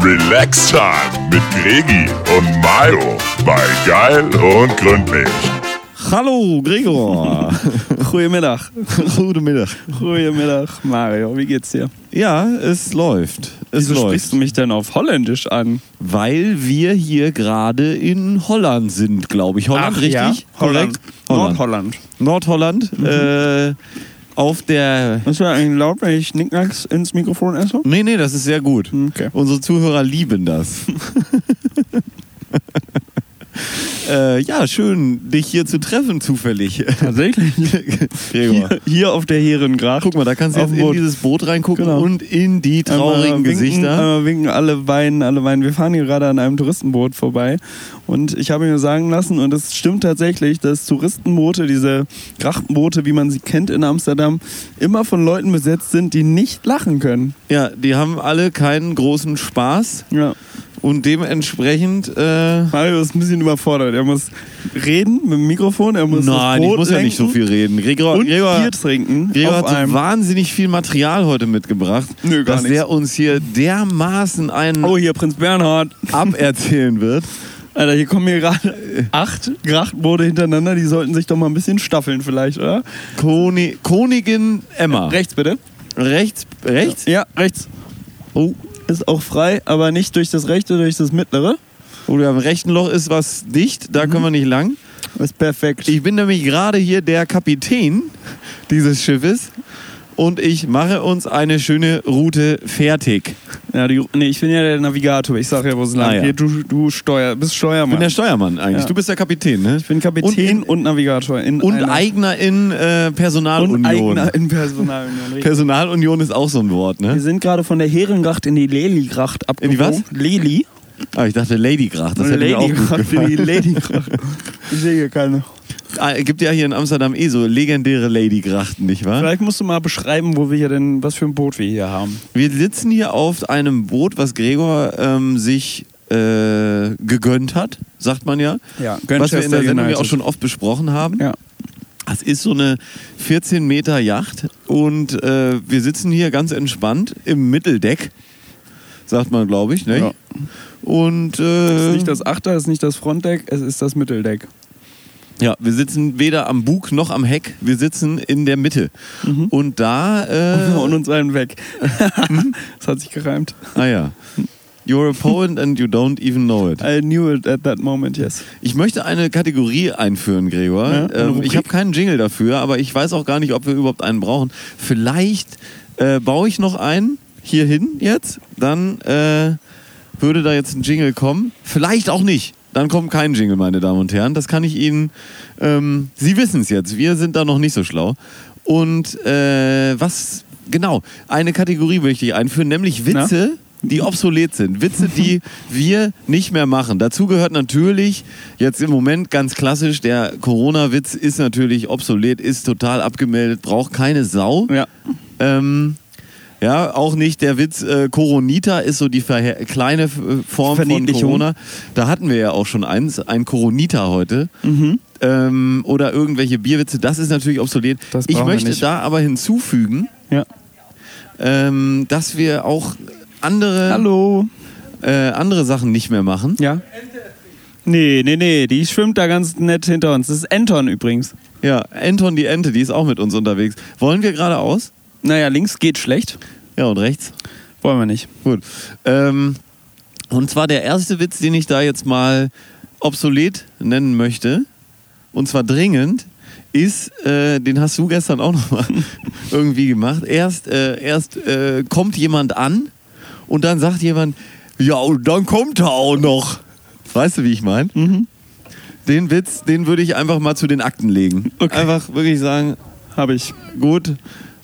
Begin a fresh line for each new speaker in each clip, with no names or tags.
Relax Time mit Gregi und Mayo bei Geil und Gründlich.
Hallo, Gregor.
Goedemiddag.
Goedemiddag.
Goedemiddag, Mario. Wie geht's dir?
Ja, es läuft. Es
Wieso
läuft.
sprichst du mich denn auf Holländisch an?
Weil wir hier gerade in Holland sind, glaube ich. Holland, richtig?
Holland.
Korrekt? Holland.
Nordholland. Mhm.
Nordholland. Äh, auf der.
Das wäre eigentlich laut, wenn ich Nicknacks ins Mikrofon esse?
Nee, nee, das ist sehr gut.
Okay.
Unsere Zuhörer lieben das. äh, ja, schön, dich hier zu treffen, zufällig.
Tatsächlich.
Gregor.
Hier, hier auf der Herengracht.
Guck mal, da kannst du
Auf
jetzt
dem
in
Boot.
dieses Boot reingucken
Genau.
und in die traurigen
Einmal
Gesichter.
Einmal winken, alle weinen, alle weinen. Wir fahren hier gerade an einem Touristenboot vorbei. Und ich habe mir sagen lassen, und es stimmt tatsächlich, dass Touristenboote, diese Grachtenboote, wie man sie kennt in Amsterdam, immer von Leuten besetzt sind, die nicht lachen können.
Ja, die haben alle keinen großen Spaß
Ja.
und dementsprechend. Äh,
Mario ist ein bisschen überfordert. Er muss reden mit dem Mikrofon, er muss
nein,
das
ich
Boot
muss ja nicht so
lenken
viel reden. Gregor,
und
Gregor,
Bier trinken
Gregor
auf
hat so
einem.
wahnsinnig viel Material heute mitgebracht,
Nö, gar
dass
nichts.
der uns hier dermaßen einen
Oh, hier Prinz Bernhard.
aberzählen wird.
Alter, hier kommen hier gerade acht Grachtboote hintereinander. Die sollten sich doch mal ein bisschen staffeln vielleicht, oder?
Koni Königin Emma.
Rechts bitte.
rechts, rechts?
Ja, rechts.
Oh,
Ist auch frei, aber nicht durch das rechte, durch das mittlere. Oh,
oder am rechten Loch ist was dicht, da können wir nicht lang.
Ist perfekt.
Ich bin nämlich gerade hier der Kapitän dieses Schiffes und ich mache uns eine schöne Route fertig.
ja, die, nee, ich bin ja der Navigator. Ich sag ja, wo es lang
Ah, ja.
geht. Du, du Steuer, bist
Ich
Steuermann.
bin der Steuermann eigentlich.
Ja.
Du bist der Kapitän, ne?
ich bin Kapitän und,
Und, in,
Navigator. In
und
einer-
eigener in äh,
und
Personalunion.
eigener in Personalunion. richtig.
Personalunion ist auch so ein Wort,
Wir
ne?
sind gerade von der Herengracht in die Leligracht
In die
abgebogen.
was?
Leli.
Ah, ich dachte Ladygracht. Das hätte mir auch gut
Ladygracht in die
gefallen.
Ladygracht. Ich sehe hier keine.
Ah, gibt ja hier in Amsterdam eh so legendäre Ladygrachten, nicht wahr?
Vielleicht musst du mal beschreiben, wo wir hier denn, was für ein Boot wir hier haben.
Wir sitzen hier auf einem Boot, was Gregor ähm, sich äh, gegönnt hat, sagt man ja.
Ja,
was wir in der
Manchester
Sendung ja
United.
auch schon oft besprochen haben.
Ja.
Es ist so eine 14 Meter Yacht und äh, wir sitzen hier ganz entspannt im Mitteldeck, sagt man, glaube ich. Nicht?
Ja.
Und
Es
äh,
ist nicht das Achter, es ist nicht das Frontdeck, es ist das Mitteldeck.
ja, wir sitzen weder am Bug noch am Heck, wir sitzen in der Mitte. Und da. Äh,
Mhm. Und uns allen weg. das hat sich gereimt.
ah ja. You're a poet and you don't even know it.
I knew it at that moment, yes.
Ich möchte eine Kategorie einführen, Gregor.
Ja, eine
ähm,
Rubrik.
ich habe keinen Jingle dafür, aber ich weiß auch gar nicht, ob wir überhaupt einen brauchen. Vielleicht äh, baue ich noch einen hierhin jetzt, dann äh, würde da jetzt ein Jingle kommen. Vielleicht auch nicht. Dann kommt kein Jingle, meine Damen und Herren. Das kann ich Ihnen. Ähm, Sie wissen es jetzt. Wir sind da noch nicht so schlau. Und äh, was genau? Eine Kategorie möchte ich einführen, nämlich
Na?
Witze. Witze, die obsolet sind. Witze, die wir nicht mehr machen. Dazu gehört natürlich jetzt im Moment ganz klassisch, der Corona-Witz ist natürlich obsolet, ist total abgemeldet, braucht keine Sau.
Ja.
Ähm, ja, auch nicht der Witz, äh, Coronita ist so die verhe- kleine äh, Form von
Verniedlichung.
Corona. Da hatten wir ja auch schon eins, ein Coronita heute.
Mhm.
Ähm, oder irgendwelche Bierwitze, das ist natürlich obsolet.
Das
ich
brauchen wir
möchte
nicht.
da aber hinzufügen,
ja.
ähm, dass wir auch andere
Hallo.
äh, andere Sachen nicht mehr machen.
Ja. Nee, nee, nee, die schwimmt da ganz nett hinter uns. Das ist Anton übrigens.
Ja, Anton die Ente, die ist auch mit uns unterwegs. Wollen wir geradeaus?
Naja, links geht schlecht.
Ja, und rechts?
Wollen wir nicht.
Gut. Ähm, und zwar der erste Witz, den ich da jetzt mal obsolet nennen möchte, und zwar dringend, ist, äh, den hast du gestern auch nochmal irgendwie gemacht. Erst, äh, erst äh, kommt jemand an und dann sagt jemand, ja, und dann kommt er auch noch. Weißt du, wie ich meine? Den Witz, den würde ich einfach mal zu den Akten legen.
Okay.
Einfach wirklich sagen,
Hab ich.
gut,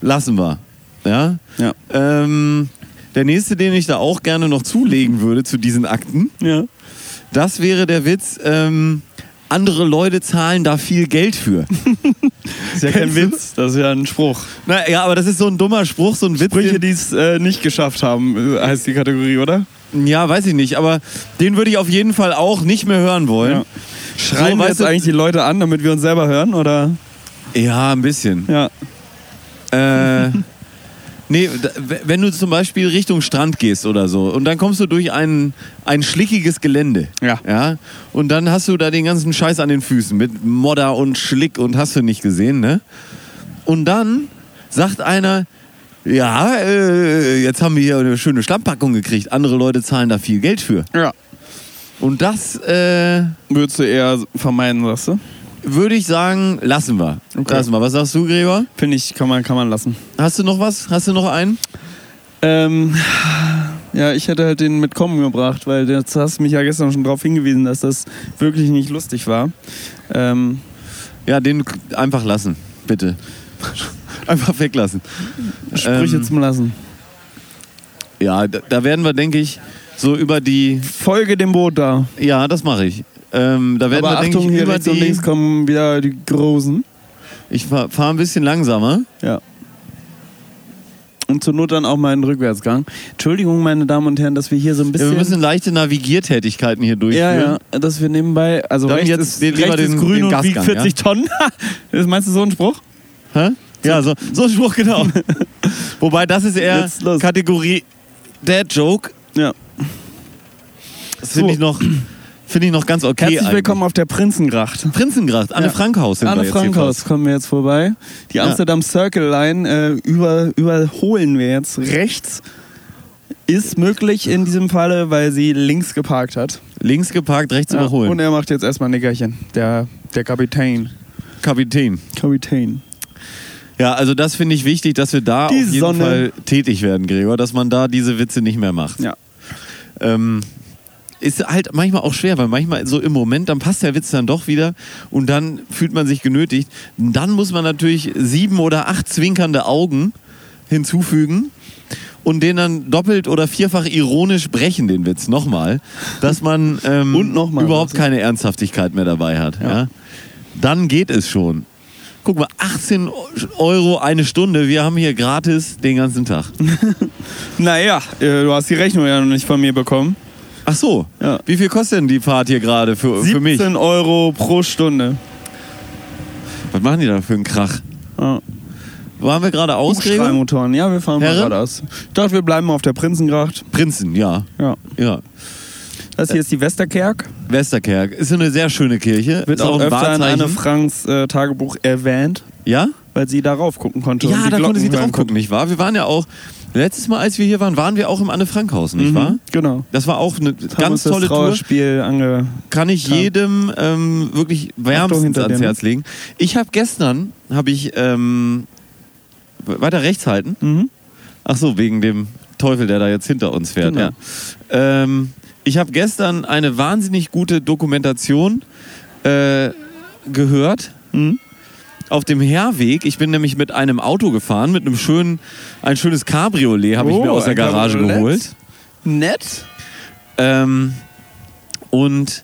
lassen wir. Ja?
Ja.
Ähm, der nächste, den ich da auch gerne noch zulegen würde zu diesen Akten,
Ja.
das wäre der Witz, ähm, andere Leute zahlen da viel Geld für.
Ist ja kein Witz, das ist ja ein Spruch.
Na, ja, aber das ist so ein dummer Spruch, so ein Witz.
Sprüche, die es äh, nicht geschafft haben, äh, heißt die Kategorie, oder?
den, ja, weiß ich nicht, aber den würde ich auf jeden Fall auch nicht mehr hören wollen.
Ja. Schreien wir
weißt
jetzt
du-
eigentlich die Leute an, damit wir uns selber hören, oder?
Ja, ein bisschen.
Ja.
Äh, Nee, da- w- wenn du zum Beispiel Richtung Strand gehst oder so und dann kommst du durch ein, ein schlickiges Gelände.
Ja.
ja. Und dann hast du da den ganzen Scheiß an den Füßen mit Modder und Schlick und hast du nicht gesehen, ne? Und dann sagt einer, ja, äh, jetzt haben wir hier eine schöne Stammpackung gekriegt. Andere Leute zahlen da viel Geld für.
Ja.
Und das äh,
Würdest du eher vermeiden, sagst du?
würde ich sagen, lassen wir.
Okay.
Lassen wir. Was sagst du, Gräber?
Finde ich, kann man, kann man lassen.
Hast du noch was? Hast du noch einen?
Ähm, ja, ich hätte halt den mit Kommen gebracht, weil jetzt hast du mich ja gestern schon darauf hingewiesen, dass das wirklich nicht lustig war. Ähm,
Ja, den k- einfach lassen, bitte. einfach weglassen.
Sprüche
Ähm,
zum Lassen.
Ja, da, da werden wir, denke ich, so über die.
Folge dem Boot da.
Ja, das mache ich. Ähm, da werden
Aber
wir, denke
Achtung,
ich,
hier
über
rechts und
die.
links kommen wieder die Großen.
Ich fahre fahr ein bisschen langsamer.
Ja. Und zur Not dann auch mal einen Rückwärtsgang. Entschuldigung, meine Damen und Herren, dass wir hier so ein
Ja,
bisschen...
wir müssen leichte Navigiertätigkeiten hier durchführen.
ja, ja, dass wir nebenbei... Also
Dann
rechts
jetzt
ist,
lieber
rechts
den-
ist grün
den
und wiegt
Gasgang,
40 Tonnen. Das Meinst du so einen Spruch?
Hä? Ja, so, so ein Spruch, genau. Wobei, das ist eher
Jetzt los.
Kategorie Dad Joke.
Ja.
Das finde
So.
ich noch. Finde ich noch ganz okay.
Herzlich
eigentlich.
willkommen auf der Prinzengracht.
Prinzengracht, Anne
Ja.
Frankhaus sind
Anne
wir jetzt hier
Frankhaus
fast.
kommen wir jetzt vorbei. Die
Ja.
Amsterdam Circle Line äh, über, überholen wir jetzt rechts. Ist möglich in diesem Falle, weil sie links geparkt hat.
Links geparkt, rechts
Ja,
überholen.
Und er macht jetzt erstmal ein Nickerchen. Der, der Kapitän.
Kapitän.
Kapitän.
Ja, also das finde ich wichtig, dass wir da
Die
auf jeden
Sonne.
Fall tätig werden, Gregor, dass man da diese Witze nicht mehr macht.
Ja.
Ähm, ist halt manchmal auch schwer, weil manchmal so im Moment, dann passt der Witz dann doch wieder und dann fühlt man sich genötigt. Dann muss man natürlich sieben oder acht zwinkernde Augen hinzufügen und den dann doppelt oder vierfach ironisch brechen, den Witz nochmal, dass man ähm,
Und nochmal.
überhaupt keine Ernsthaftigkeit mehr dabei hat. Ja. Dann geht es schon. Guck mal, 18 Euro eine Stunde, wir haben hier gratis den ganzen Tag.
Naja, äh, du hast die Rechnung ja noch nicht von mir bekommen.
Ach so,
Ja.
wie viel kostet denn die Fahrt hier gerade für, für mich?
17 Euro pro Stunde.
Was machen die da für einen Krach?
Ja.
Waren wir gerade aus, Gregor?
Strahlmotoren. Ah. Ja, wir fahren
Herren?
mal geradeaus. Ich dachte, wir bleiben auf der Prinzengracht.
Prinzen, ja.
Ja.
ja.
Das hier ist die Westerkerk.
Westerkerk. Ist eine sehr schöne Kirche.
Wird
ist
auch,
ein
öfter in
Wahrzeichen.
Anne Franks äh, Tagebuch erwähnt,
Ja?
weil sie darauf gucken konnte. und
Ja,
die
da konnte
Glocken
sie drauf
hören
gucken, nicht wahr? Wir waren ja auch, letztes Mal, als wir hier waren, waren wir auch im Anne-Frank-Haus, nicht
Mhm,
wahr?
Genau.
Das war auch eine
Haben uns
ganz tolle
das
Tour.
Trauerspiel ange.
kann ich
Ja.
jedem ähm, wirklich wärmstens
hinter
ans
dir, ne?
Herz legen. Ich habe gestern, habe ich, ähm, we- weiter rechts halten.
Mhm.
Ach so, wegen dem Teufel, der da jetzt hinter uns fährt.
Genau.
Ja. Ähm, ich habe gestern eine wahnsinnig gute Dokumentation äh, gehört
Mhm.
auf dem Herweg. Ich bin nämlich mit einem Auto gefahren, mit einem schönen, ein schönes Cabriolet habe ich
Oh,
mir aus der
ein
Garage
Cabriolet.
geholt.
Nett.
Ähm, und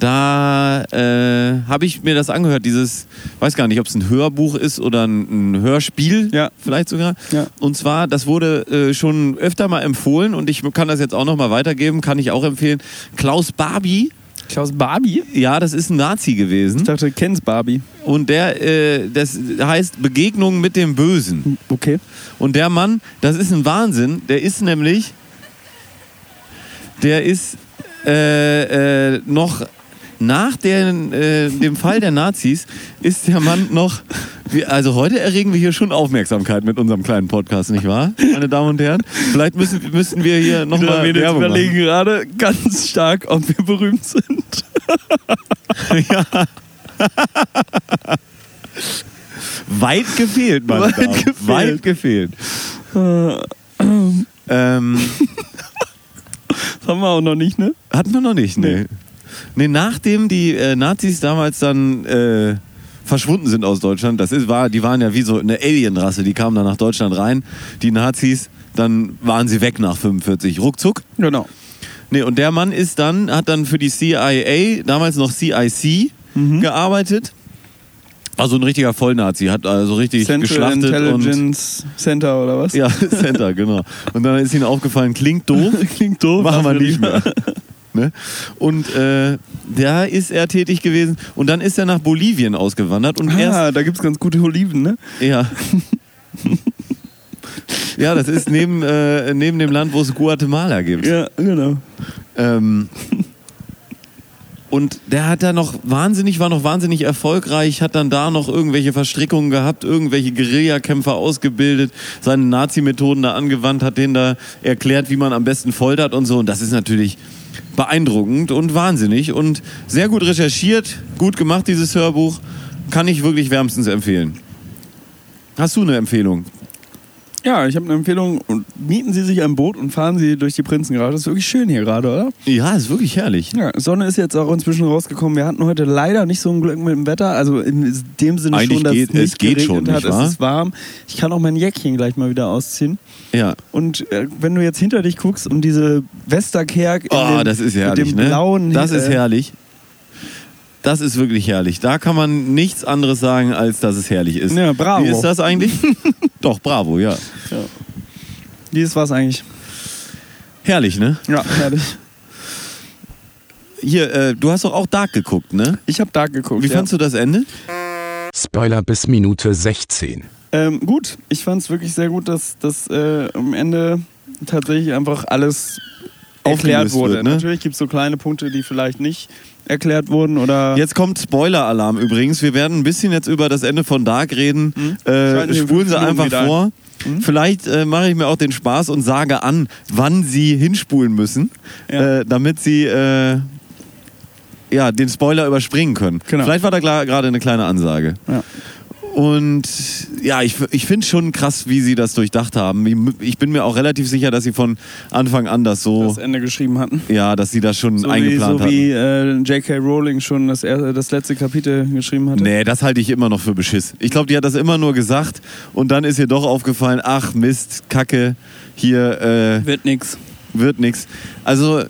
da äh, habe ich mir das angehört, dieses, weiß gar nicht, ob es ein Hörbuch ist oder ein, ein Hörspiel,
Ja.
vielleicht sogar.
Ja.
Und zwar, das wurde äh, schon öfter mal empfohlen und ich kann das jetzt auch nochmal weitergeben, kann ich auch empfehlen. Klaus Barbie,
Klaus Barbie?
ja, das ist ein Nazi
Ich
gewesen
dachte, du kennst Barbie.
und der, äh, das heißt Begegnung mit dem Bösen.
Okay.
Und der Mann, das ist ein Wahnsinn, der ist nämlich, der ist äh, äh, noch nach den, äh, dem Fall der Nazis ist der Mann noch, wir, also heute erregen wir hier schon Aufmerksamkeit mit unserem kleinen Podcast, nicht wahr, meine Damen und Herren? Vielleicht müssen, müssen wir hier nochmal
Genau, wir
Werbung
überlegen
machen.
gerade ganz stark, ob wir berühmt sind.
Weit gefehlt, meine
Weit
Damen.
gefehlt.
Weit gefehlt.
Das
Ähm,
haben wir auch noch nicht, ne?
Hatten wir noch nicht, nee.
Nee.
Nee, nachdem die äh, Nazis damals dann äh, verschwunden sind aus Deutschland, das ist, war, die waren ja wie so eine Alienrasse, die kamen dann nach Deutschland rein, die Nazis, dann waren sie weg nach 45, ruckzuck.
Genau.
Nee, und der Mann ist dann, hat dann für die CIA, damals noch CIC,
Mhm.
gearbeitet. Also ein richtiger Vollnazi, hat also richtig
Central
geschlachtet und...
Intelligence Center oder was?
Ja, Center, genau. Und dann ist ihnen aufgefallen, klingt doof.
Klingt doof.
Machen wir
aber
nicht mehr. Ne? Und äh, da ist er tätig gewesen und dann ist er nach Bolivien ausgewandert und erst.
Ah, da gibt es ganz gute Oliven, ne?
Ja. Ja, das ist neben, äh, neben dem Land, wo es Guatemala gibt.
Ja, genau.
Ähm, und der hat da noch wahnsinnig, war noch wahnsinnig erfolgreich, hat dann da noch irgendwelche Verstrickungen gehabt, irgendwelche Guerillakämpfer ausgebildet, seine Nazi-Methoden da angewandt, hat denen da erklärt, wie man am besten foltert und so. Und das ist natürlich beeindruckend und wahnsinnig und sehr gut recherchiert, gut gemacht, dieses Hörbuch. Kann ich wirklich wärmstens empfehlen. Hast du eine Empfehlung?
Ja, ich habe eine Empfehlung. Und mieten Sie sich ein Boot und fahren Sie durch die Prinzengracht. Das ist wirklich schön hier gerade, oder?
Ja, ist wirklich herrlich.
Ja, Sonne ist jetzt auch inzwischen rausgekommen. Wir hatten heute leider nicht so ein Glück mit dem Wetter. Also in dem Sinne
Eigentlich
schon, dass
geht-
es nicht
es geht
geregnet
schon,
hat.
nicht wahr?
Es ist warm. Ich kann auch mein Jäckchen gleich mal wieder ausziehen.
Ja.
Und äh, wenn du jetzt hinter dich guckst und diese Westerkerk in
Oh,
dem,
das ist
mit
herrlich,
dem
ne?
blauen
das ist
äh,
herrlich. Das ist wirklich herrlich. Da kann man nichts anderes sagen, als dass es herrlich ist.
Ja, bravo.
Wie ist das eigentlich? Doch, bravo, ja.
Dieses war's eigentlich.
Herrlich, ne?
Ja, fertig.
Hier, äh, du hast doch auch Dark geguckt, ne?
Ich habe Dark geguckt.
Wie
ja.
fandst du das Ende?
Spoiler bis Minute 16.
Ähm, gut, ich fand es wirklich sehr gut, dass, dass äh, am Ende tatsächlich einfach alles erklärt
Aufgelöst
wurde.
wird, ne?
Natürlich gibt es so kleine Punkte, die vielleicht nicht erklärt wurden oder.
Jetzt kommt Spoiler-Alarm übrigens. Wir werden ein bisschen jetzt über das Ende von Dark reden.
Schalten
Äh,
Sie in
spulen
fünf
Sie
Minuten
einfach
wieder Hm? ein.
vor. Vielleicht äh, mache ich mir auch den Spaß und sage an, wann Sie hinspulen müssen,
Ja.
äh, damit Sie äh, ja, den Spoiler überspringen können.
Genau.
Vielleicht war da gra- gerade eine kleine Ansage.
Ja.
Und ja, ich, ich finde schon krass, wie Sie das durchdacht haben. Ich- Ich bin mir auch relativ sicher, dass Sie von Anfang an das so,
das Ende geschrieben hatten.
ja, dass Sie das schon
So wie,
eingeplant
so
haben.
wie äh, J.K. Rowling schon das, erste, das letzte Kapitel geschrieben hatte.
Nee, das halte ich immer noch für Beschiss. Ich glaube, die hat das immer nur gesagt und dann ist ihr doch aufgefallen, ach Mist, Kacke, hier
Wird nix.
äh, wird nichts. Also,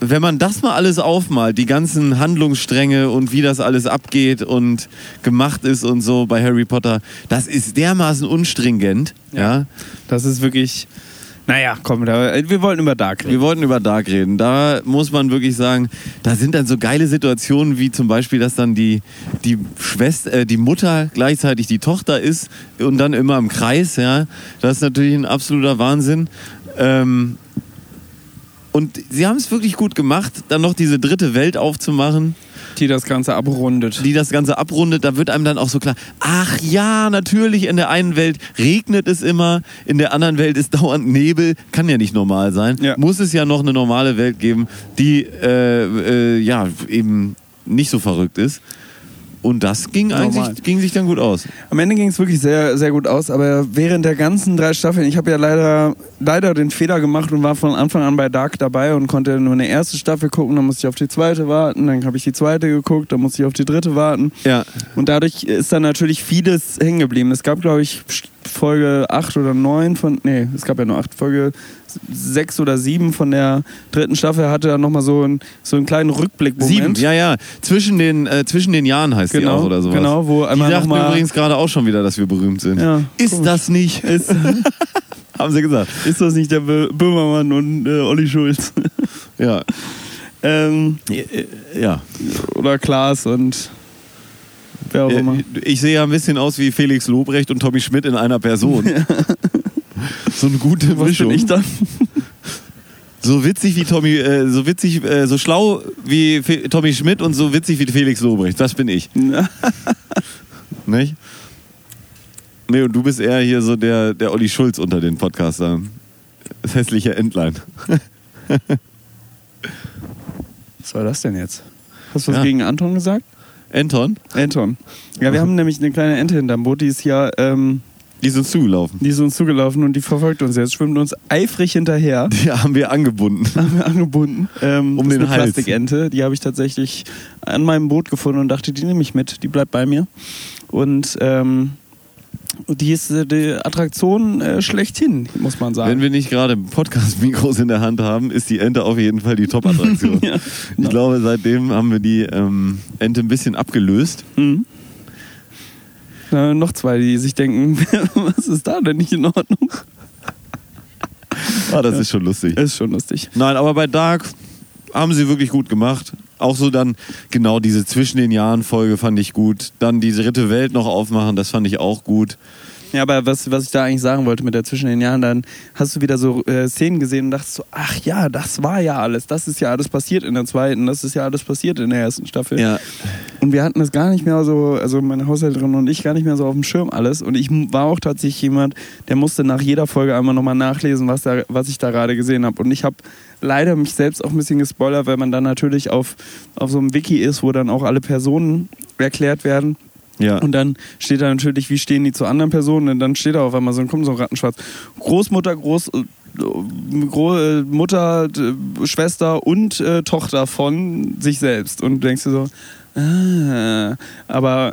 wenn man das mal alles aufmalt, die ganzen Handlungsstränge und wie das alles abgeht und gemacht ist und so bei Harry Potter, das ist dermaßen unstringent. Ja.
Das ist wirklich. Naja, komm, da, wir wollten über Dark reden.
Wir wollten über Dark reden. Da muss man wirklich sagen, da sind dann so geile Situationen wie zum Beispiel, dass dann die, die Schwester, äh, die Mutter gleichzeitig die Tochter ist und dann immer im Kreis, ja. Das ist natürlich ein absoluter Wahnsinn. Ähm, und sie haben es wirklich gut gemacht, dann noch diese dritte Welt aufzumachen
Die das Ganze abrundet.
die das Ganze abrundet, da wird einem dann auch so klar, ach ja, natürlich, in der einen Welt regnet es immer, in der anderen Welt ist dauernd Nebel, kann ja nicht normal sein.
Ja.
Muss es ja noch eine normale Welt geben, die äh, äh, ja eben nicht so verrückt ist. Und das ging
Normal.
eigentlich ging sich dann gut aus.
Am Ende ging es wirklich sehr, sehr gut aus, aber während der ganzen drei Staffeln, ich habe ja leider, leider den Fehler gemacht und war von Anfang an bei Dark dabei und konnte nur eine erste Staffel gucken, dann musste ich auf die zweite warten, dann habe ich die zweite geguckt, dann musste ich auf die dritte warten.
Ja,
Und dadurch ist dann natürlich vieles hängen geblieben. Es gab, glaube ich, Folge 8 oder 9 von, nee, es gab ja nur 8, Folge 6 oder 7 von der dritten Staffel hatte dann nochmal so, einen so einen kleinen Rückblick.
sieben, ja, ja. Zwischen den, äh, zwischen den Jahren heißt die
Genau,
auch oder sowas.
genau, wo einmal
die dachten
nochmal-
übrigens gerade auch schon wieder, dass wir berühmt sind.
Ja,
ist
komisch.
das nicht?
Ist,
Haben sie gesagt.
ist das nicht der Bö- Böhmermann und äh, Olli Schulz?
Ja.
Ähm,
Ja.
oder Klaas und wer auch immer.
Äh, Ich sehe ja ein bisschen aus wie Felix Lobrecht und Tommy Schmidt in einer Person. So eine gute Mischung.
dann?
So witzig wie Tommy, äh, so witzig, äh, so schlau wie Fe Tommy Schmidt und so witzig wie Felix Lobrecht. Das bin ich, nicht? Nee, und du bist eher hier so der, der Olli Schulz unter den Podcastern. Das hässliche Entlein.
Was war das denn jetzt? Hast du was
Ja.
gegen Anton gesagt?
Anton,
Anton. Ja, wir haben nämlich eine kleine Ente hinterm Boot, die ist ja, ähm,
die sind zugelaufen.
die ist uns zugelaufen und die verfolgt uns jetzt, schwimmt uns eifrig hinterher,
Die haben wir angebunden.
haben wir angebunden. Ähm,
Um
das ist
den
eine
Hals.
Plastikente, die habe ich tatsächlich an meinem Boot gefunden und dachte, die nehme ich mit, die bleibt bei mir. Und ähm, die ist äh, die Attraktion äh, schlechthin, muss man sagen.
Wenn wir nicht gerade Podcast-Mikros in der Hand haben, ist die Ente auf jeden Fall die Top-Attraktion.
Ja,
Ich glaube, seitdem haben wir die ähm, Ente ein bisschen abgelöst.
Mhm. Na, Äh, noch zwei, die sich denken, was ist da denn nicht in Ordnung?
Ah, das ist schon lustig.
Ist schon lustig.
Nein, aber bei Dark haben sie wirklich gut gemacht. Auch so dann, genau diese Zwischen den Jahren Folge fand ich gut. Dann die dritte Welt noch aufmachen, das fand ich auch gut.
Ja, aber was, was ich da eigentlich sagen wollte mit der zwischen den Jahren, dann hast du wieder so äh, Szenen gesehen und dachtest so, ach ja, das war ja alles, das ist ja alles passiert in der zweiten, das ist ja alles passiert in der ersten Staffel.
Ja.
Und wir hatten das gar nicht mehr so, also meine Haushälterin und ich gar nicht mehr so auf dem Schirm alles. Und ich m- war auch tatsächlich jemand, der musste nach jeder Folge einmal nochmal nachlesen, was, da, was ich da gerade gesehen habe. Und ich habe leider mich selbst auch ein bisschen gespoilert, weil man dann natürlich auf, auf so einem Wiki ist, wo dann auch alle Personen erklärt werden.
Ja.
Und dann steht da natürlich, wie stehen die zu anderen Personen? Und dann steht da auf einmal so ein, kommt so ein Rattenschwarz. Großmutter, Groß, äh, Gro äh, Mutter, äh, Schwester und äh, Tochter von sich selbst. Und du denkst dir so, ah, aber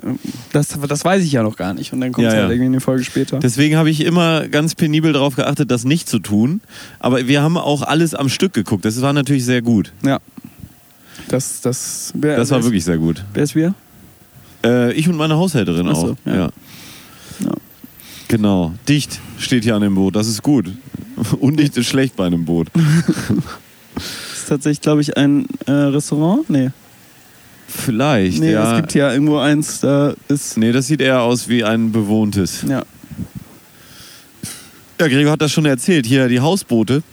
das, das weiß ich ja noch gar nicht. Und dann kommt es
Ja,
halt
ja.
irgendwie in die Folge später.
Deswegen habe ich immer ganz penibel darauf geachtet, das nicht zu tun. Aber wir haben auch alles am Stück geguckt. Das war natürlich sehr gut.
ja. Das, das, wer,
Das
wer
war
ist-
wirklich sehr gut.
Wer ist wir?
Äh, ich und meine Haushälterin
Ach so,
auch.
ja.
Ja.
Ja.
Genau. Dicht steht hier an dem Boot. Das ist gut. Undicht ist schlecht bei einem Boot.
Das ist tatsächlich, glaube ich, ein äh, Restaurant? Nee.
Vielleicht.
Nee,
ja.
es gibt ja irgendwo eins, da ist.
nee, das sieht eher aus wie ein bewohntes.
Ja.
Ja, Gregor hat das schon erzählt. Hier die Hausboote.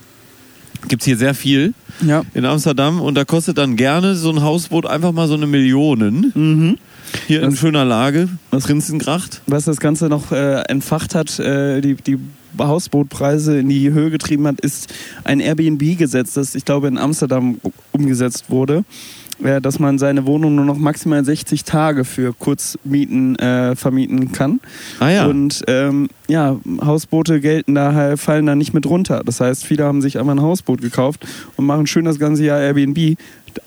Gibt es hier sehr viel
Ja.
in Amsterdam und da kostet dann gerne so ein Hausboot einfach mal so eine Millionen.
Mhm.
Hier in
Das-
schöner Lage,
das-
Prinzengracht.
Was das Ganze noch äh, entfacht hat, äh, die, die Hausbootpreise in die Höhe getrieben hat, ist ein Airbnb-Gesetz, das ich glaube in Amsterdam u- umgesetzt wurde, äh, dass man seine Wohnung nur noch maximal 60 Tage für Kurzmieten äh, vermieten kann.
Ah ja.
Und ähm, ja, Hausboote gelten da halt, fallen da nicht mit runter. Das heißt, viele haben sich einmal ein Hausboot gekauft und machen schön das ganze Jahr Airbnb.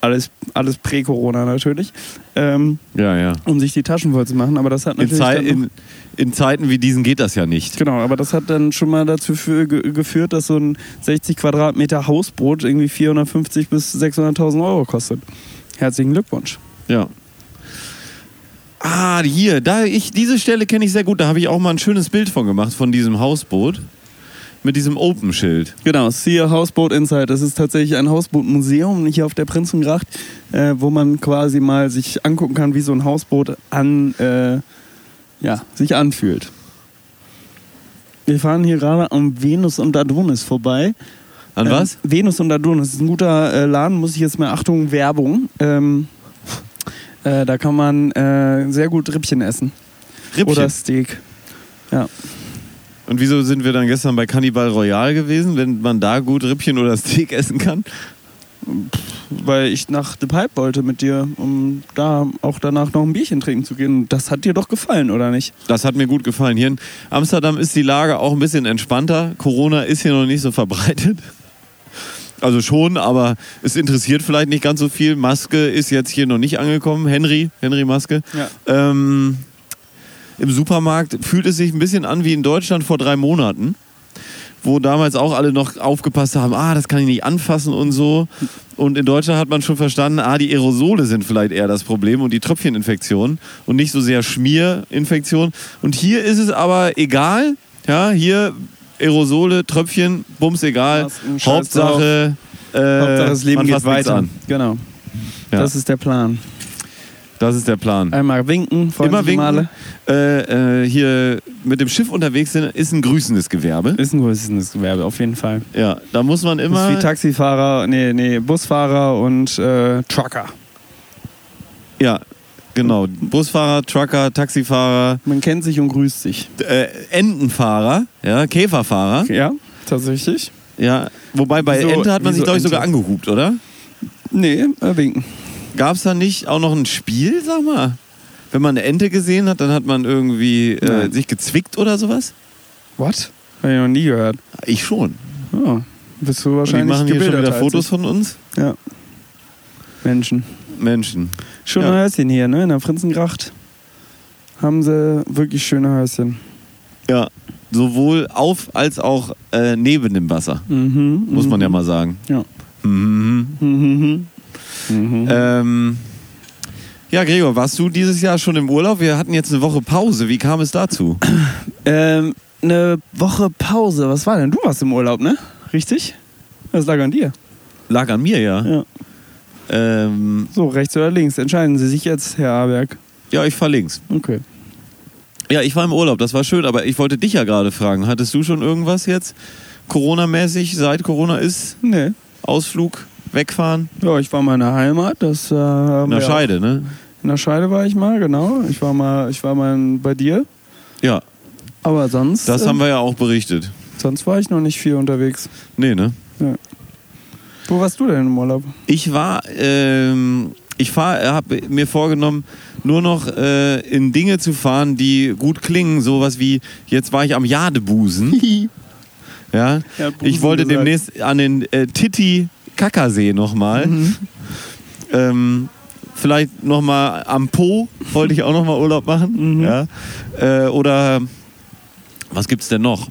Alles, alles prä-Corona natürlich, ähm,
ja, ja.
um sich die Taschen voll zu machen. Aber das hat
In,
natürlich.
Zei
dann noch-
in, in Zeiten wie diesen geht das ja nicht.
Genau, aber das hat dann schon mal dazu für, ge, geführt, dass so ein 60 Quadratmeter Hausboot irgendwie 450 bis 600.000 Euro kostet. Herzlichen Glückwunsch.
Ja. Ah, hier, da ich, diese Stelle kenne ich sehr gut. Da habe ich auch mal ein schönes Bild von gemacht, von diesem Hausboot. Mit diesem Open-Schild.
Genau, See a Houseboat Inside. Das ist tatsächlich ein Hausbootmuseum hier auf der Prinzengracht, äh, wo man quasi mal sich angucken kann, wie so ein Hausboot an, äh, ja, sich anfühlt. Wir fahren hier gerade am Venus und Adonis vorbei.
An
Ähm,
was?
Venus und Adonis. Das ist ein guter äh, Laden, muss ich jetzt mal Achtung, Werbung. Ähm, äh, da kann man äh, sehr gut Rippchen essen. Oder
Rippchen.
Steak. Ja.
Und wieso sind wir dann gestern bei Cannibal Royal gewesen, wenn man da gut Rippchen oder Steak essen kann?
Weil ich nach The Pipe wollte mit dir, um da auch danach noch ein Bierchen trinken zu gehen. Das hat dir doch gefallen, oder nicht?
Das hat mir gut gefallen. Hier in Amsterdam ist die Lage auch ein bisschen entspannter. Corona ist hier noch nicht so verbreitet. Also schon, aber es interessiert vielleicht nicht ganz so viel. Maske ist jetzt hier noch nicht angekommen. Henry, Henry Maske.
Ja.
Ähm, Im Supermarkt fühlt es sich ein bisschen an wie in Deutschland vor drei Monaten, wo damals auch alle noch aufgepasst haben, ah, das kann ich nicht anfassen und so. Und in Deutschland hat man schon verstanden, ah, die Aerosole sind vielleicht eher das Problem und die Tröpfcheninfektionen und nicht so sehr Schmierinfektionen. Und hier ist es aber egal, ja, hier Aerosole, Tröpfchen, Bums egal.
Masken, scheiß
Hauptsache, äh,
Hauptsache, das Leben
man
geht
fasst nichts
weiter.
An.
Genau.
Ja.
Das ist der Plan.
Das ist der Plan.
Einmal winken, freundliche
Immer winken.
Male.
Äh, äh, hier mit dem Schiff unterwegs sind, ist ein grüßendes Gewerbe.
Ist ein größeres Gewerbe, auf jeden Fall.
Ja, da muss man
Immer
immer.
ist wie Taxifahrer, nee, nee, Busfahrer und äh, Trucker.
ja, genau. Busfahrer, Trucker, Taxifahrer,
Man kennt sich und grüßt sich.
äh, Entenfahrer, ja, Käferfahrer.
Ja, tatsächlich.
Ja, wobei bei
Wieso-
Ente hat man sich,
wieso
glaube ich,
Ente?
sogar angehupt, oder?
Nee, äh, winken.
Gab es da nicht auch noch ein Spiel, sag mal? Wenn man eine Ente gesehen hat, dann hat man irgendwie äh,
Nein.
sich gezwickt oder sowas?
What? Habe ich noch nie gehört.
Ich schon.
Oh, bist du
Und die
wahrscheinlich
machen hier schon
gebildet halt
wieder
als
Fotos von uns?
ich. Ja. Menschen.
Menschen.
Schöne
Ja.
Häuschen hier, ne? In der Prinzengracht haben sie wirklich schöne Häuschen.
Ja, sowohl auf als auch äh, neben dem Wasser,
Mhm.
muss man ja mal sagen.
Ja.
Mhm.
Mhm. Mhm.
Ähm, ja, Gregor, warst du dieses Jahr schon im Urlaub? Wir hatten jetzt eine Woche Pause. Wie kam es dazu?
Ähm, eine Woche Pause. Was war denn? Du warst im Urlaub, ne? Richtig? Das lag an dir.
Lag an mir, ja.
Ja.
Ähm,
So, rechts oder links. Entscheiden Sie sich jetzt, Herr Aberg.
ja, ich verlink's.
Okay.
Ja, ich war im Urlaub, das war schön, aber ich wollte dich ja gerade fragen. Hattest du schon irgendwas jetzt Corona-mäßig, seit Corona ist?
Nee.
Ausflug, wegfahren?
Ja, ich war mal in der Heimat. Das, äh,
In der Scheide, ne?
In der Scheide war ich mal, genau. Ich war mal, ich war mal bei dir.
Ja,
Aber sonst,
das ähm,
äh,
haben wir ja auch berichtet.
sonst war ich noch nicht viel unterwegs.
Nee, ne?
Ja. Wo warst du denn im Urlaub?
Ich war, ähm, ich fahre, habe mir vorgenommen, nur noch äh, in Dinge zu fahren, die gut klingen. Sowas wie, jetzt war ich am Jadebusen. Ja?
Er hat Busen
Ich wollte
gesagt.
demnächst an den äh, Titi Kackersee nochmal. Ähm, vielleicht nochmal am Po wollte ich auch nochmal Urlaub machen. Ja? Äh, oder was gibt's denn noch?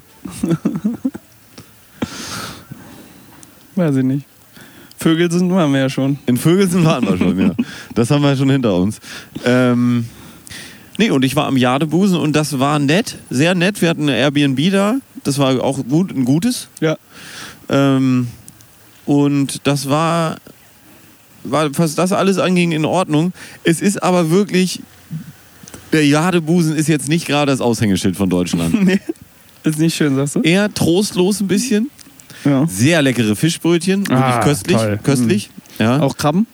Weiß ich nicht. Vögel sind waren wir ja schon.
In Vögelsen waren wir schon, ja. Das haben wir schon hinter uns. Ähm, nee, und ich war am Jadebusen und das war nett, sehr nett. Wir hatten eine Airbnb da. Das war auch gut, ein gutes.
Ja.
Ähm, und das war, war, was das alles anging, in Ordnung. Es ist aber wirklich, der Jadebusen ist jetzt nicht gerade das Aushängeschild von Deutschland.
Nee. Ist nicht schön, sagst du?
Eher trostlos ein bisschen.
Ja.
Sehr leckere Fischbrötchen, wirklich
Ah,
köstlich.
toll. Mhm.
köstlich. Ja.
Auch Krabben?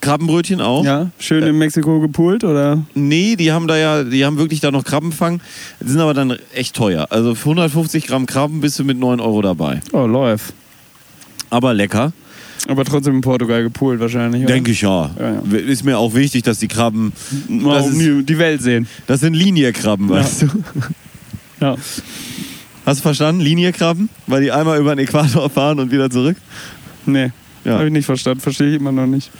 Krabbenbrötchen auch.
Ja. Schön in Mexiko gepult oder?
Nee, die haben da ja, die haben wirklich da noch Krabbenfang, Die sind aber dann echt teuer. Also für 150 Gramm Krabben bist du mit 9 Euro dabei.
Oh, läuft.
Aber lecker.
Aber trotzdem in Portugal gepult wahrscheinlich.
Denke ich ja.
Ja, ja.
Ist mir auch wichtig, dass die Krabben,
Mal
das
um
ist-
die, die Welt sehen.
das sind Linienkrabben, weißt du?
Ja.
Hast du verstanden? Linienkrabben? Weil die einmal über den Äquator fahren und wieder zurück.
Nee.
Ja.
Habe ich nicht verstanden. Verstehe ich immer noch nicht.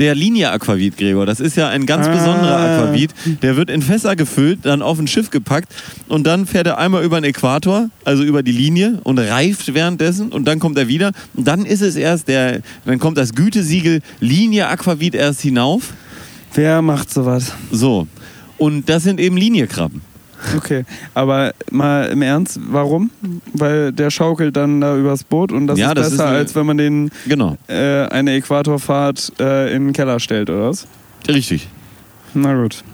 Der Linie-Aquavit, Gregor, das ist ja ein ganz
Ah.
besonderer Aquavit. Der wird in Fässer gefüllt, dann auf ein Schiff gepackt und dann fährt er einmal über den Äquator, also über die Linie und reift währenddessen und dann kommt er wieder. Und dann ist es erst der, dann kommt das Gütesiegel Linie-Aquavit erst hinauf.
Wer macht sowas?
So. Und das sind eben Liniekrabben.
Okay, aber mal im Ernst, warum? Weil der schaukelt dann da übers Boot und das
Ja,
ist
das ist
besser,
eine-
als wenn man den
Genau.
äh, eine Äquatorfahrt äh, in den Keller stellt, oder was?
Richtig.
Na gut.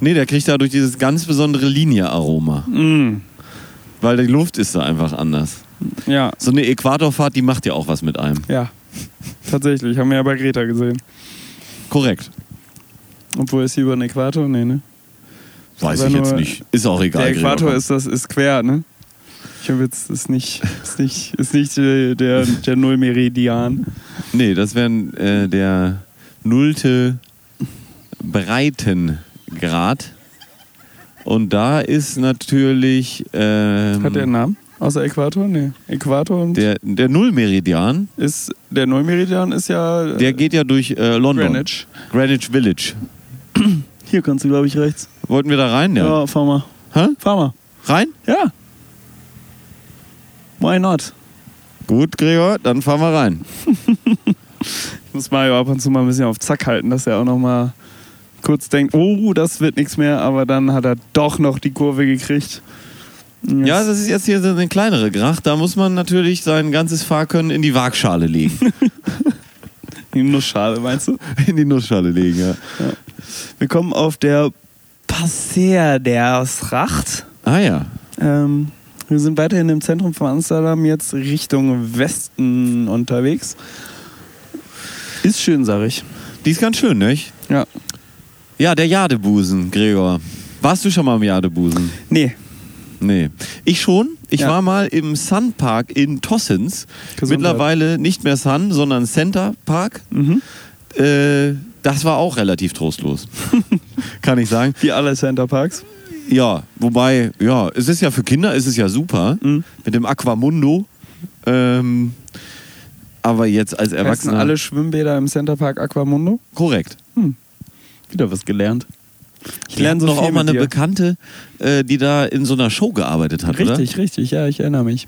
Nee, der kriegt dadurch dieses ganz besondere Linie-Aroma.
Mm.
Weil die Luft ist da einfach anders.
Ja,
So eine Äquatorfahrt, die macht ja auch was mit einem.
ja. Tatsächlich, haben wir ja bei Greta gesehen.
Korrekt.
Obwohl ist sie über den Äquator? Nee, ne?
Weiß
Aber
ich jetzt
nur-
nicht. Ist auch egal.
der Äquator
Gregor.
ist das ist quer, ne? Ich hab jetzt ist nicht ist nicht ist nicht äh, der der Nullmeridian.
Mm. Nee, das wären äh, der nullte Breitengrad. Und da ist natürlich ähm,
Hat der einen Namen? Außer Äquator? Nee. Äquator und
der, der Nullmeridian,
ist der Nullmeridian ist ja äh,
der geht ja durch äh, London.
Greenwich.
Greenwich Village.
Hier kannst du, glaube ich, rechts.
Wollten wir da rein? Ja.
Ja, fahr mal.
Hä?
Fahr mal.
Rein?
Ja. Why not?
Gut, Gregor, dann fahren wir rein.
Ich muss Mario ab und zu mal ein bisschen auf Zack halten, dass er auch noch mal kurz denkt, oh, das wird nichts mehr, aber dann hat er doch noch die Kurve gekriegt.
Ja, also- das ist jetzt hier so eine kleinere Gracht. Da muss man natürlich sein ganzes Fahrkönnen in die Waagschale legen.
Die Nussschale, meinst du?
in die Nussschale legen, ja.
Wir kommen auf der Passer der Fracht.
Ah ja.
Ähm, wir sind weiterhin im Zentrum von Amsterdam, jetzt Richtung Westen unterwegs. Ist schön, sag ich.
Die ist ganz schön, nicht?
Ja.
Ja, der Jadebusen, Gregor. Warst du schon mal am Jadebusen?
Nee,
Nee. Ich schon. Ich
Ja.
war mal im Sun Park in Tossens.
Gesundheit.
Mittlerweile nicht mehr Sun, sondern Center Park.
Mhm.
Äh, das war auch relativ trostlos. Kann ich sagen.
wie alle Center Parks.
Ja, wobei, ja, es ist ja für Kinder, es ist ja super.
Mhm.
Mit dem Aquamundo. Ähm, aber jetzt als
Heißen
Erwachsener.
alle Schwimmbäder im Center Park Aquamundo.
korrekt.
Wieder was gelernt. Ich
Ich lerne
lerne so
noch
viel
auch mal
mit
eine
dir.
Bekannte, äh, die da in so einer Show gearbeitet hat, oder?
Richtig, richtig, ja, ich erinnere mich.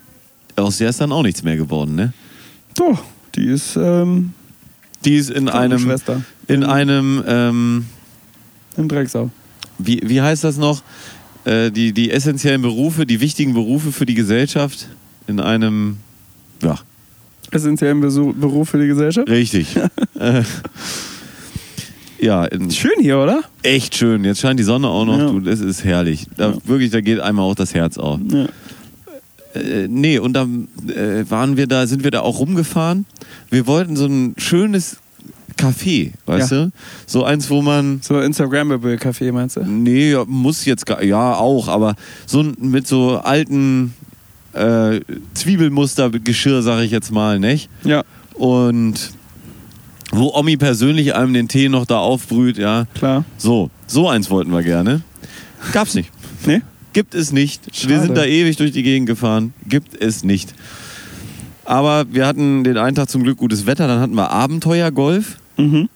Aus der ist dann auch nichts mehr geworden, ne?
Doch, die ist ähm,
Die ist in einem,
Schwester.
in einem, ähm,
in Drecksau.
wie, wie heißt das noch? Äh, die, die essentiellen Berufe, die wichtigen Berufe für die Gesellschaft in einem, ja,
Essentiell im Besu- Beruf für die Gesellschaft.
richtig. äh, ja, in,
Schön hier, oder?
echt schön. Jetzt scheint die Sonne auch noch.
Ja.
Du, es ist herrlich. Da,
Ja.
Wirklich, da geht einmal auch das Herz auf.
Ja.
Äh, nee, und dann äh, waren wir da, sind wir da auch rumgefahren. Wir wollten so ein schönes Café, weißt
Ja.
du? So eins, wo man.
So Instagrammable Kaffee, meinst du?
Nee, ja, muss jetzt gar. Ja, auch, aber so ein- mit so alten äh, Zwiebelmustergeschirr, sag ich jetzt mal, nicht?
Ja,
Und wo Omi persönlich einem den Tee noch da aufbrüht, ja.
klar.
So, so eins wollten wir gerne. Gab's nicht.
Nee?
Gibt es nicht. Wir
Schade.
sind da ewig durch die Gegend gefahren. Gibt es nicht. Aber wir hatten den einen Tag zum Glück gutes Wetter, dann hatten wir Abenteuergolf
Mhm.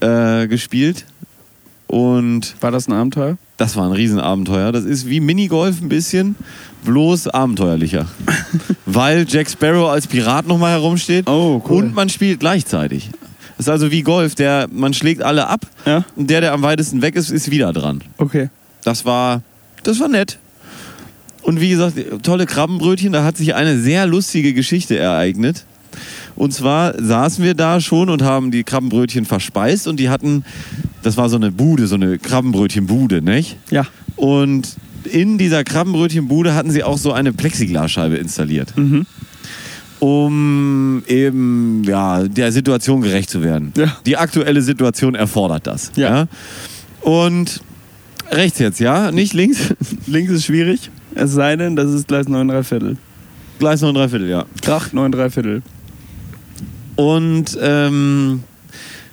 äh, gespielt. Und
War das ein Abenteuer?
das war ein Riesenabenteuer. Das ist wie Minigolf ein bisschen, bloß abenteuerlicher. Weil Jack Sparrow als Pirat nochmal herumsteht
Oh, cool.
und man spielt gleichzeitig. Das ist also wie Golf, der, man schlägt alle ab
Ja.
und der, der am weitesten weg ist, ist wieder dran.
Okay.
Das war, das war nett. Und wie gesagt, tolle Krabbenbrötchen, da hat sich eine sehr lustige Geschichte ereignet. Und zwar saßen wir da schon und haben die Krabbenbrötchen verspeist und die hatten, das war so eine Bude, so eine Krabbenbrötchenbude, nicht?
Ja.
Und in dieser Krabbenbrötchenbude hatten sie auch so eine Plexiglasscheibe installiert.
Mhm.
Um eben ja, der Situation gerecht zu werden.
Ja.
Die aktuelle Situation erfordert das.
Ja.
Und rechts jetzt, ja? Nicht links?
Links ist schwierig. Es sei denn, das ist Gleis 9 3 Viertel.
Gleis noch ein Dreiviertel, ja.
Tracht 9 3 Viertel.
Und ähm,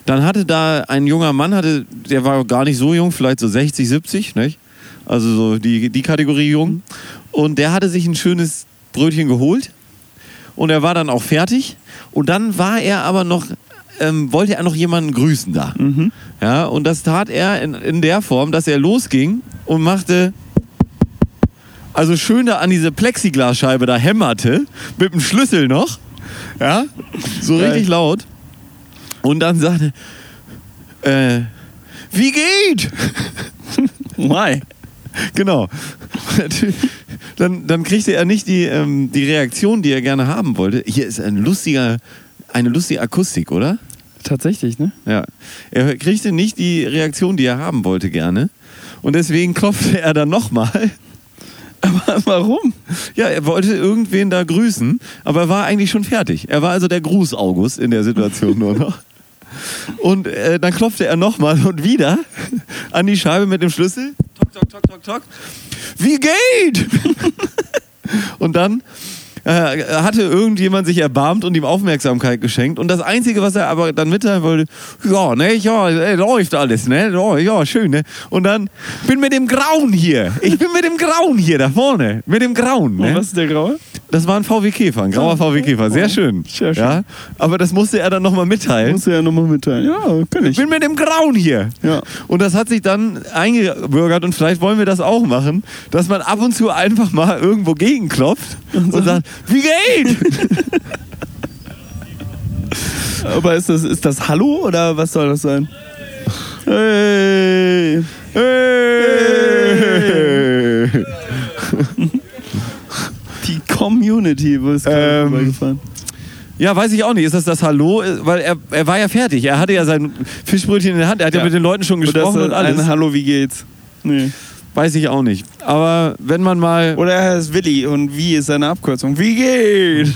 dann hatte da ein junger Mann, hatte, der war gar nicht so jung, vielleicht so 60, 70, nicht? also so die, die Kategorie jung. Und der hatte sich ein schönes Brötchen geholt und er war dann auch fertig. Und dann war er aber noch, ähm, wollte er noch jemanden grüßen da. Ja, und das tat er in, in der Form, dass er losging und machte also schön da an diese Plexiglasscheibe da hämmerte, mit dem Schlüssel noch. Ja, so
Geil.
richtig laut. Und dann sagte, äh, wie geht?
Why?
Genau. dann, dann kriegte er nicht die, ähm, die Reaktion, die er gerne haben wollte. Hier ist ein lustiger, eine lustige Akustik, oder?
Tatsächlich, ne?
Ja. Er kriegte nicht die Reaktion, die er haben wollte, gerne. Und deswegen klopfte er dann nochmal.
Aber warum?
Ja, er wollte irgendwen da grüßen, aber er war eigentlich schon fertig. Er war also der Gruß August in der Situation nur noch. Und äh, dann klopfte er nochmal und wieder an die Scheibe mit dem Schlüssel. Tok, tok, tok, tok, tok. Wie geht? und dann äh, hatte irgendjemand sich erbarmt und ihm Aufmerksamkeit geschenkt. Und das Einzige, was er aber dann mitteilen wollte, ja, ne, ja, äh, läuft alles, ne, ja, ja, schön, ne. Und dann, bin mit dem Grauen hier. Ich bin mit dem Grauen hier da vorne. Mit dem Grauen, ne.
Und was ist der Graue?
Das war ein VW Käfer, ein grauer VW Käfer. Sehr schön.
Sehr schön.
Ja, aber das musste er dann nochmal mitteilen.
Musst du ja nochmal mitteilen. Ja, kann
Ich bin mit dem Grauen hier.
Ja.
Und das hat sich dann eingebürgert und vielleicht wollen wir das auch machen, dass man ab und zu einfach mal irgendwo gegenklopft und, sagt, wie geht?
Aber ist das, ist das Hallo oder was soll das sein?
hey. Hey.
Die Community, wo ist gerade
Ähm.
rübergefahren?
Ja, weiß ich auch nicht. Ist das das Hallo? Weil er, er war ja fertig. Er hatte ja sein Fischbrötchen in der Hand. Er hat ja,
Ja.
mit den Leuten schon
Oder ist
gesprochen
das
und alles.
ein Hallo, wie geht's? Nee.
Weiß ich auch nicht. Aber wenn man mal.
Oder er heißt Willi und wie ist seine Abkürzung? Wie geht?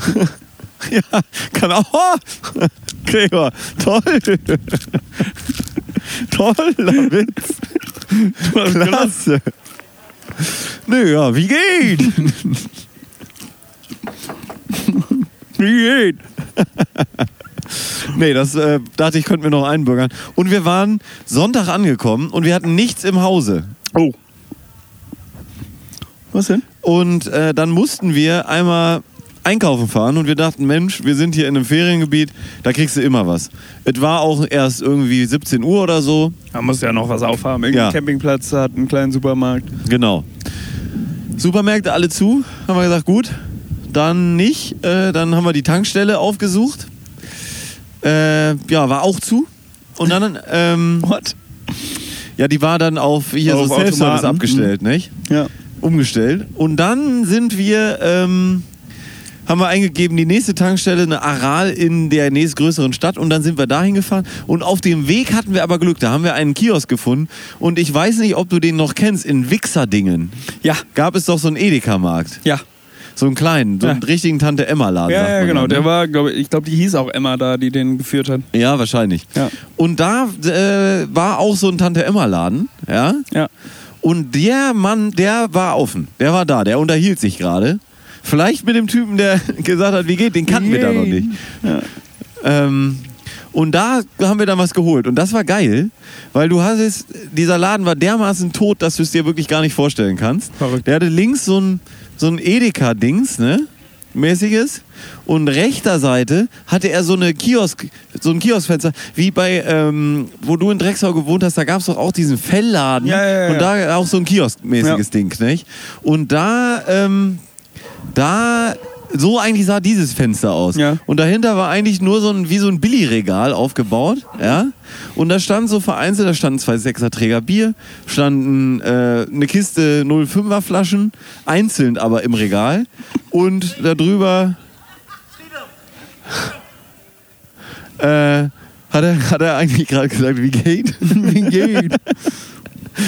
ja, kann auch. Oh, Gregor, toll. Toller Witz. Klasse. Nö, ja, wie geht? wie geht? nee, das äh, dachte ich, könnten wir noch einbürgern. Und wir waren Sonntag angekommen und wir hatten nichts im Hause.
Oh. Was denn?
Und äh, dann mussten wir einmal einkaufen fahren und wir dachten, Mensch, wir sind hier in einem Feriengebiet, da kriegst du immer was. Es war auch erst irgendwie 17 Uhr oder so.
Da muss ja noch was aufhaben. Irgendein
Ja.
Campingplatz hat einen kleinen Supermarkt.
Genau. Supermärkte alle zu, haben wir gesagt, gut, dann nicht. Äh, dann haben wir die Tankstelle aufgesucht. Äh, ja, war auch zu. Und dann, ähm,
What?
ja, die war dann auf hier
Auf
so Self-Service
Automaten.
abgestellt, nicht?
Ja.
umgestellt. Und dann sind wir ähm, haben wir eingegeben, die nächste Tankstelle, eine Aral in der nächstgrößeren Stadt und dann sind wir dahin gefahren und auf dem Weg hatten wir aber Glück, da haben wir einen Kiosk gefunden und ich weiß nicht, ob du den noch kennst, in Wichserdingen
Ja,
gab es doch so einen Edeka-Markt,
ja.
so einen kleinen, so einen
Ja.
richtigen Tante-Emma-Laden.
Ja,
sagt
ja,
man
genau.
dann, ne?
Der war, glaube ich, ich glaube, die hieß auch Emma da, die den geführt hat.
Ja, wahrscheinlich.
Ja.
Und da äh, war auch so ein Tante-Emma-Laden, ja,
Ja.
Und der Mann, der war offen. Der war da, der unterhielt sich gerade. Vielleicht mit dem Typen, der gesagt hat, wie geht, den kannten wir da noch nicht. Ähm, und da haben wir dann was geholt. Und das war geil, weil du hast es, dieser Laden war dermaßen tot, dass du es dir wirklich gar nicht vorstellen kannst.
Verrückt.
Der hatte links so ein, so ein Edeka-Dings, ne? Mäßiges. Und rechter Seite hatte er so eine Kiosk, so ein Kioskfenster, wie bei, ähm, wo du in Drexau gewohnt hast, da gab es doch auch diesen Fellladen.
Ja, ja, ja,
und da auch so ein Kioskmäßiges
Ja.
Ding, nicht? Und da, ähm, da, so eigentlich sah dieses Fenster aus.
Ja.
Und dahinter war eigentlich nur so ein, wie so ein Billigregal aufgebaut, ja. Und da stand so vereinzelt, da standen zwei Sechserträger Bier, standen äh, eine Kiste 05er Flaschen, einzeln aber im Regal. Und darüber äh, hat, er, hat er eigentlich gerade gesagt, wie geht? wie geht?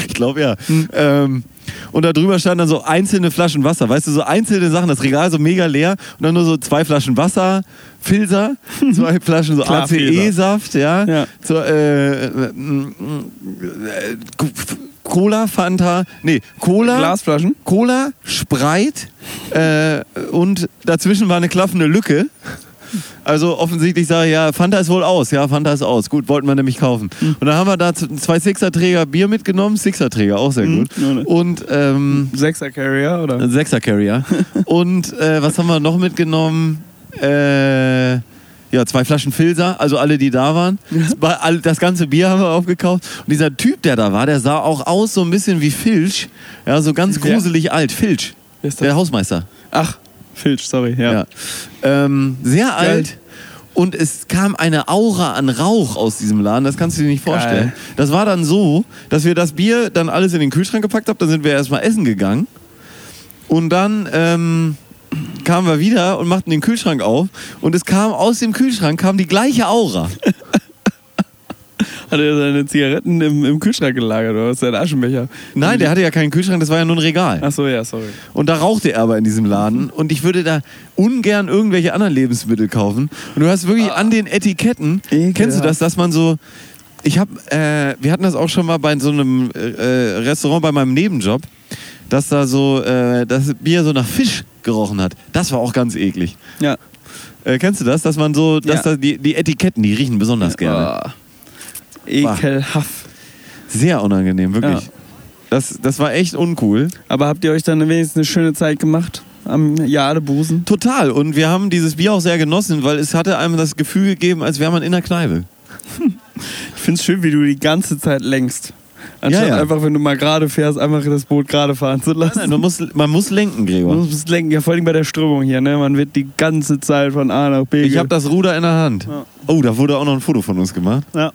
Ich glaube ja.
Hm.
Ähm, und da drüber standen dann so einzelne Flaschen Wasser. Weißt du, so einzelne Sachen, das Regal so mega leer und dann nur so zwei Flaschen Wasser, Filzer, zwei Flaschen so
Klar,
ACE-Saft, ja.
Ja.
So, äh, äh, mm, mm, äh, Cola, Fanta, nee, Cola.
Glasflaschen?
Cola, Spreit äh, und dazwischen war eine klaffende Lücke. Also offensichtlich sage ich, ja, Fanta ist wohl aus. Ja, Fanta ist aus. Gut, wollten wir nämlich kaufen.
Hm.
Und dann haben wir da z- zwei Sixer-Träger Bier mitgenommen. Sixer-Träger, auch sehr gut.
Ja, ne.
Und ähm,
Sechser Carrier, oder?
ein Sechser-Carrier. und äh, was haben wir noch mitgenommen? Äh, ja, zwei Flaschen Filzer, also alle, die da waren. Das, war all- das ganze Bier haben wir aufgekauft. Und dieser Typ, der da war, der sah auch aus so ein bisschen wie Filch. Ja, so ganz
Wer?
gruselig alt. Filch,
Wer ist das?
der Hausmeister.
Ach, Filch, sorry, ja.
Ja. Ähm, sehr
Geil.
alt. Und es kam eine Aura an Rauch aus diesem Laden, das kannst du dir nicht vorstellen.
Geil.
Das war dann so, dass wir das Bier dann alles in den Kühlschrank gepackt haben, dann sind wir erstmal essen gegangen. Und dann ähm, kamen wir wieder und machten den Kühlschrank auf. Und es kam aus dem Kühlschrank kam die gleiche Aura.
Hat er seine Zigaretten im, im Kühlschrank gelagert, oder? was? Sein Aschenbecher.
Nein, der hatte ja keinen Kühlschrank, das war ja nur ein Regal.
Ach so, ja, sorry.
Und da rauchte er aber in diesem Laden. Und ich würde da ungern irgendwelche anderen Lebensmittel kaufen. Und du hast wirklich an den Etiketten,
Ah. Ekelhaft.
kennst du das, dass man so. Ich habe, äh, wir hatten das auch schon mal bei so einem äh, äh, Restaurant bei meinem Nebenjob, dass da so äh, das Bier so nach Fisch gerochen hat. Das war auch ganz eklig.
Ja.
Äh, kennst du das, dass man so, dass
Ja.
da die, die Etiketten, die riechen besonders gerne.
Ah. Ekelhaft.
Sehr unangenehm, wirklich.
Ja.
Das, das war echt uncool.
Aber habt ihr euch dann wenigstens eine schöne Zeit gemacht am Jadebusen?
Total. Und wir haben dieses Bier auch sehr genossen, weil es hatte einem das Gefühl gegeben, als wäre man in der Kneipe.
Ich find's schön, wie du die ganze Zeit längst. Anstatt
Ja, ja.
einfach, wenn du mal gerade fährst, einfach das Boot gerade fahren zu lassen.
Nein, man muss, man muss lenken,
Man
Gregor.
muss es lenken, ja, vor allem bei der Strömung hier, ne? Man wird die ganze Zeit von A nach B.
Ich habe das Ruder in der Hand.
Ja.
Oh, da wurde auch noch ein Foto von uns gemacht.
Ja.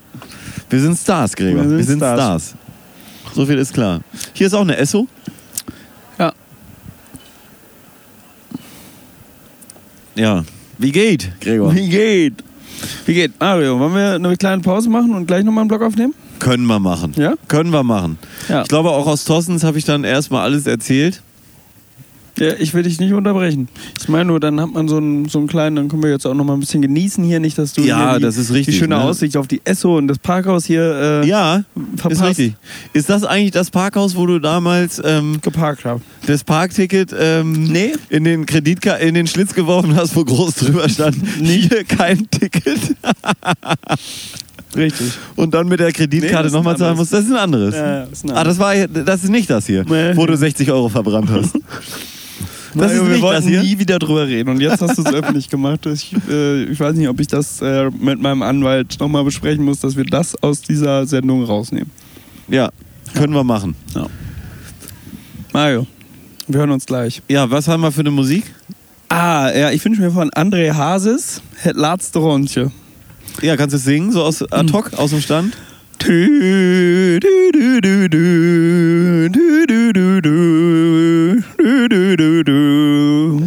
Wir sind Stars, Gregor. Wir sind, Stars. So viel ist klar. Hier ist auch eine Esso.
Ja.
Ja. Wie geht, Gregor?
Wie geht? Wie geht? Mario, wollen wir eine kleine Pause machen und gleich nochmal einen Block aufnehmen?
Können wir machen.
Ja?
Können wir machen.
Ja.
Ich glaube, auch aus Tossens habe ich dann erstmal alles erzählt.
Ja, ich will dich nicht unterbrechen. Ich meine nur, dann hat man so einen, so einen kleinen, dann können wir jetzt auch nochmal ein bisschen genießen hier, nicht, dass du
Ja,
hier die,
das ist richtig,
die schöne
ne?
Aussicht auf die Esso und das Parkhaus hier äh,
Ja,
verpasst.
ist richtig. Ist das eigentlich das Parkhaus, wo du damals ähm,
geparkt hast.
das Parkticket ähm,
Nee.
in, den Kreditka in den Schlitz geworfen hast, wo groß drüber stand, hier kein Ticket
Richtig.
und dann mit der Kreditkarte
Nee, das ist ein
nochmal zahlen
anderes.
musst. Das ist ein anderes.
Ja, ja, ist ein
ah, das, war, das ist nicht das hier,
Nee.
wo du 60 Euro verbrannt hast.
Das ist
wir
wir
wollten
wollten nie wieder drüber reden und jetzt hast du es öffentlich gemacht. Ich, äh, ich weiß nicht, ob ich das äh, mit meinem Anwalt nochmal besprechen muss, dass wir das aus dieser Sendung rausnehmen.
Ja, können wir machen.
Mario, wir hören uns gleich.
Ja, was haben wir für eine Musik?
Ah, ja, ich wünsche mir von André Hasis Het laatste rondje.
Ja, kannst du es singen, so aus ad hoc, aus dem Stand?
Dü, dü, dü, dü, dü, dü, dü, dü, dü, dü, dü, dü, dü.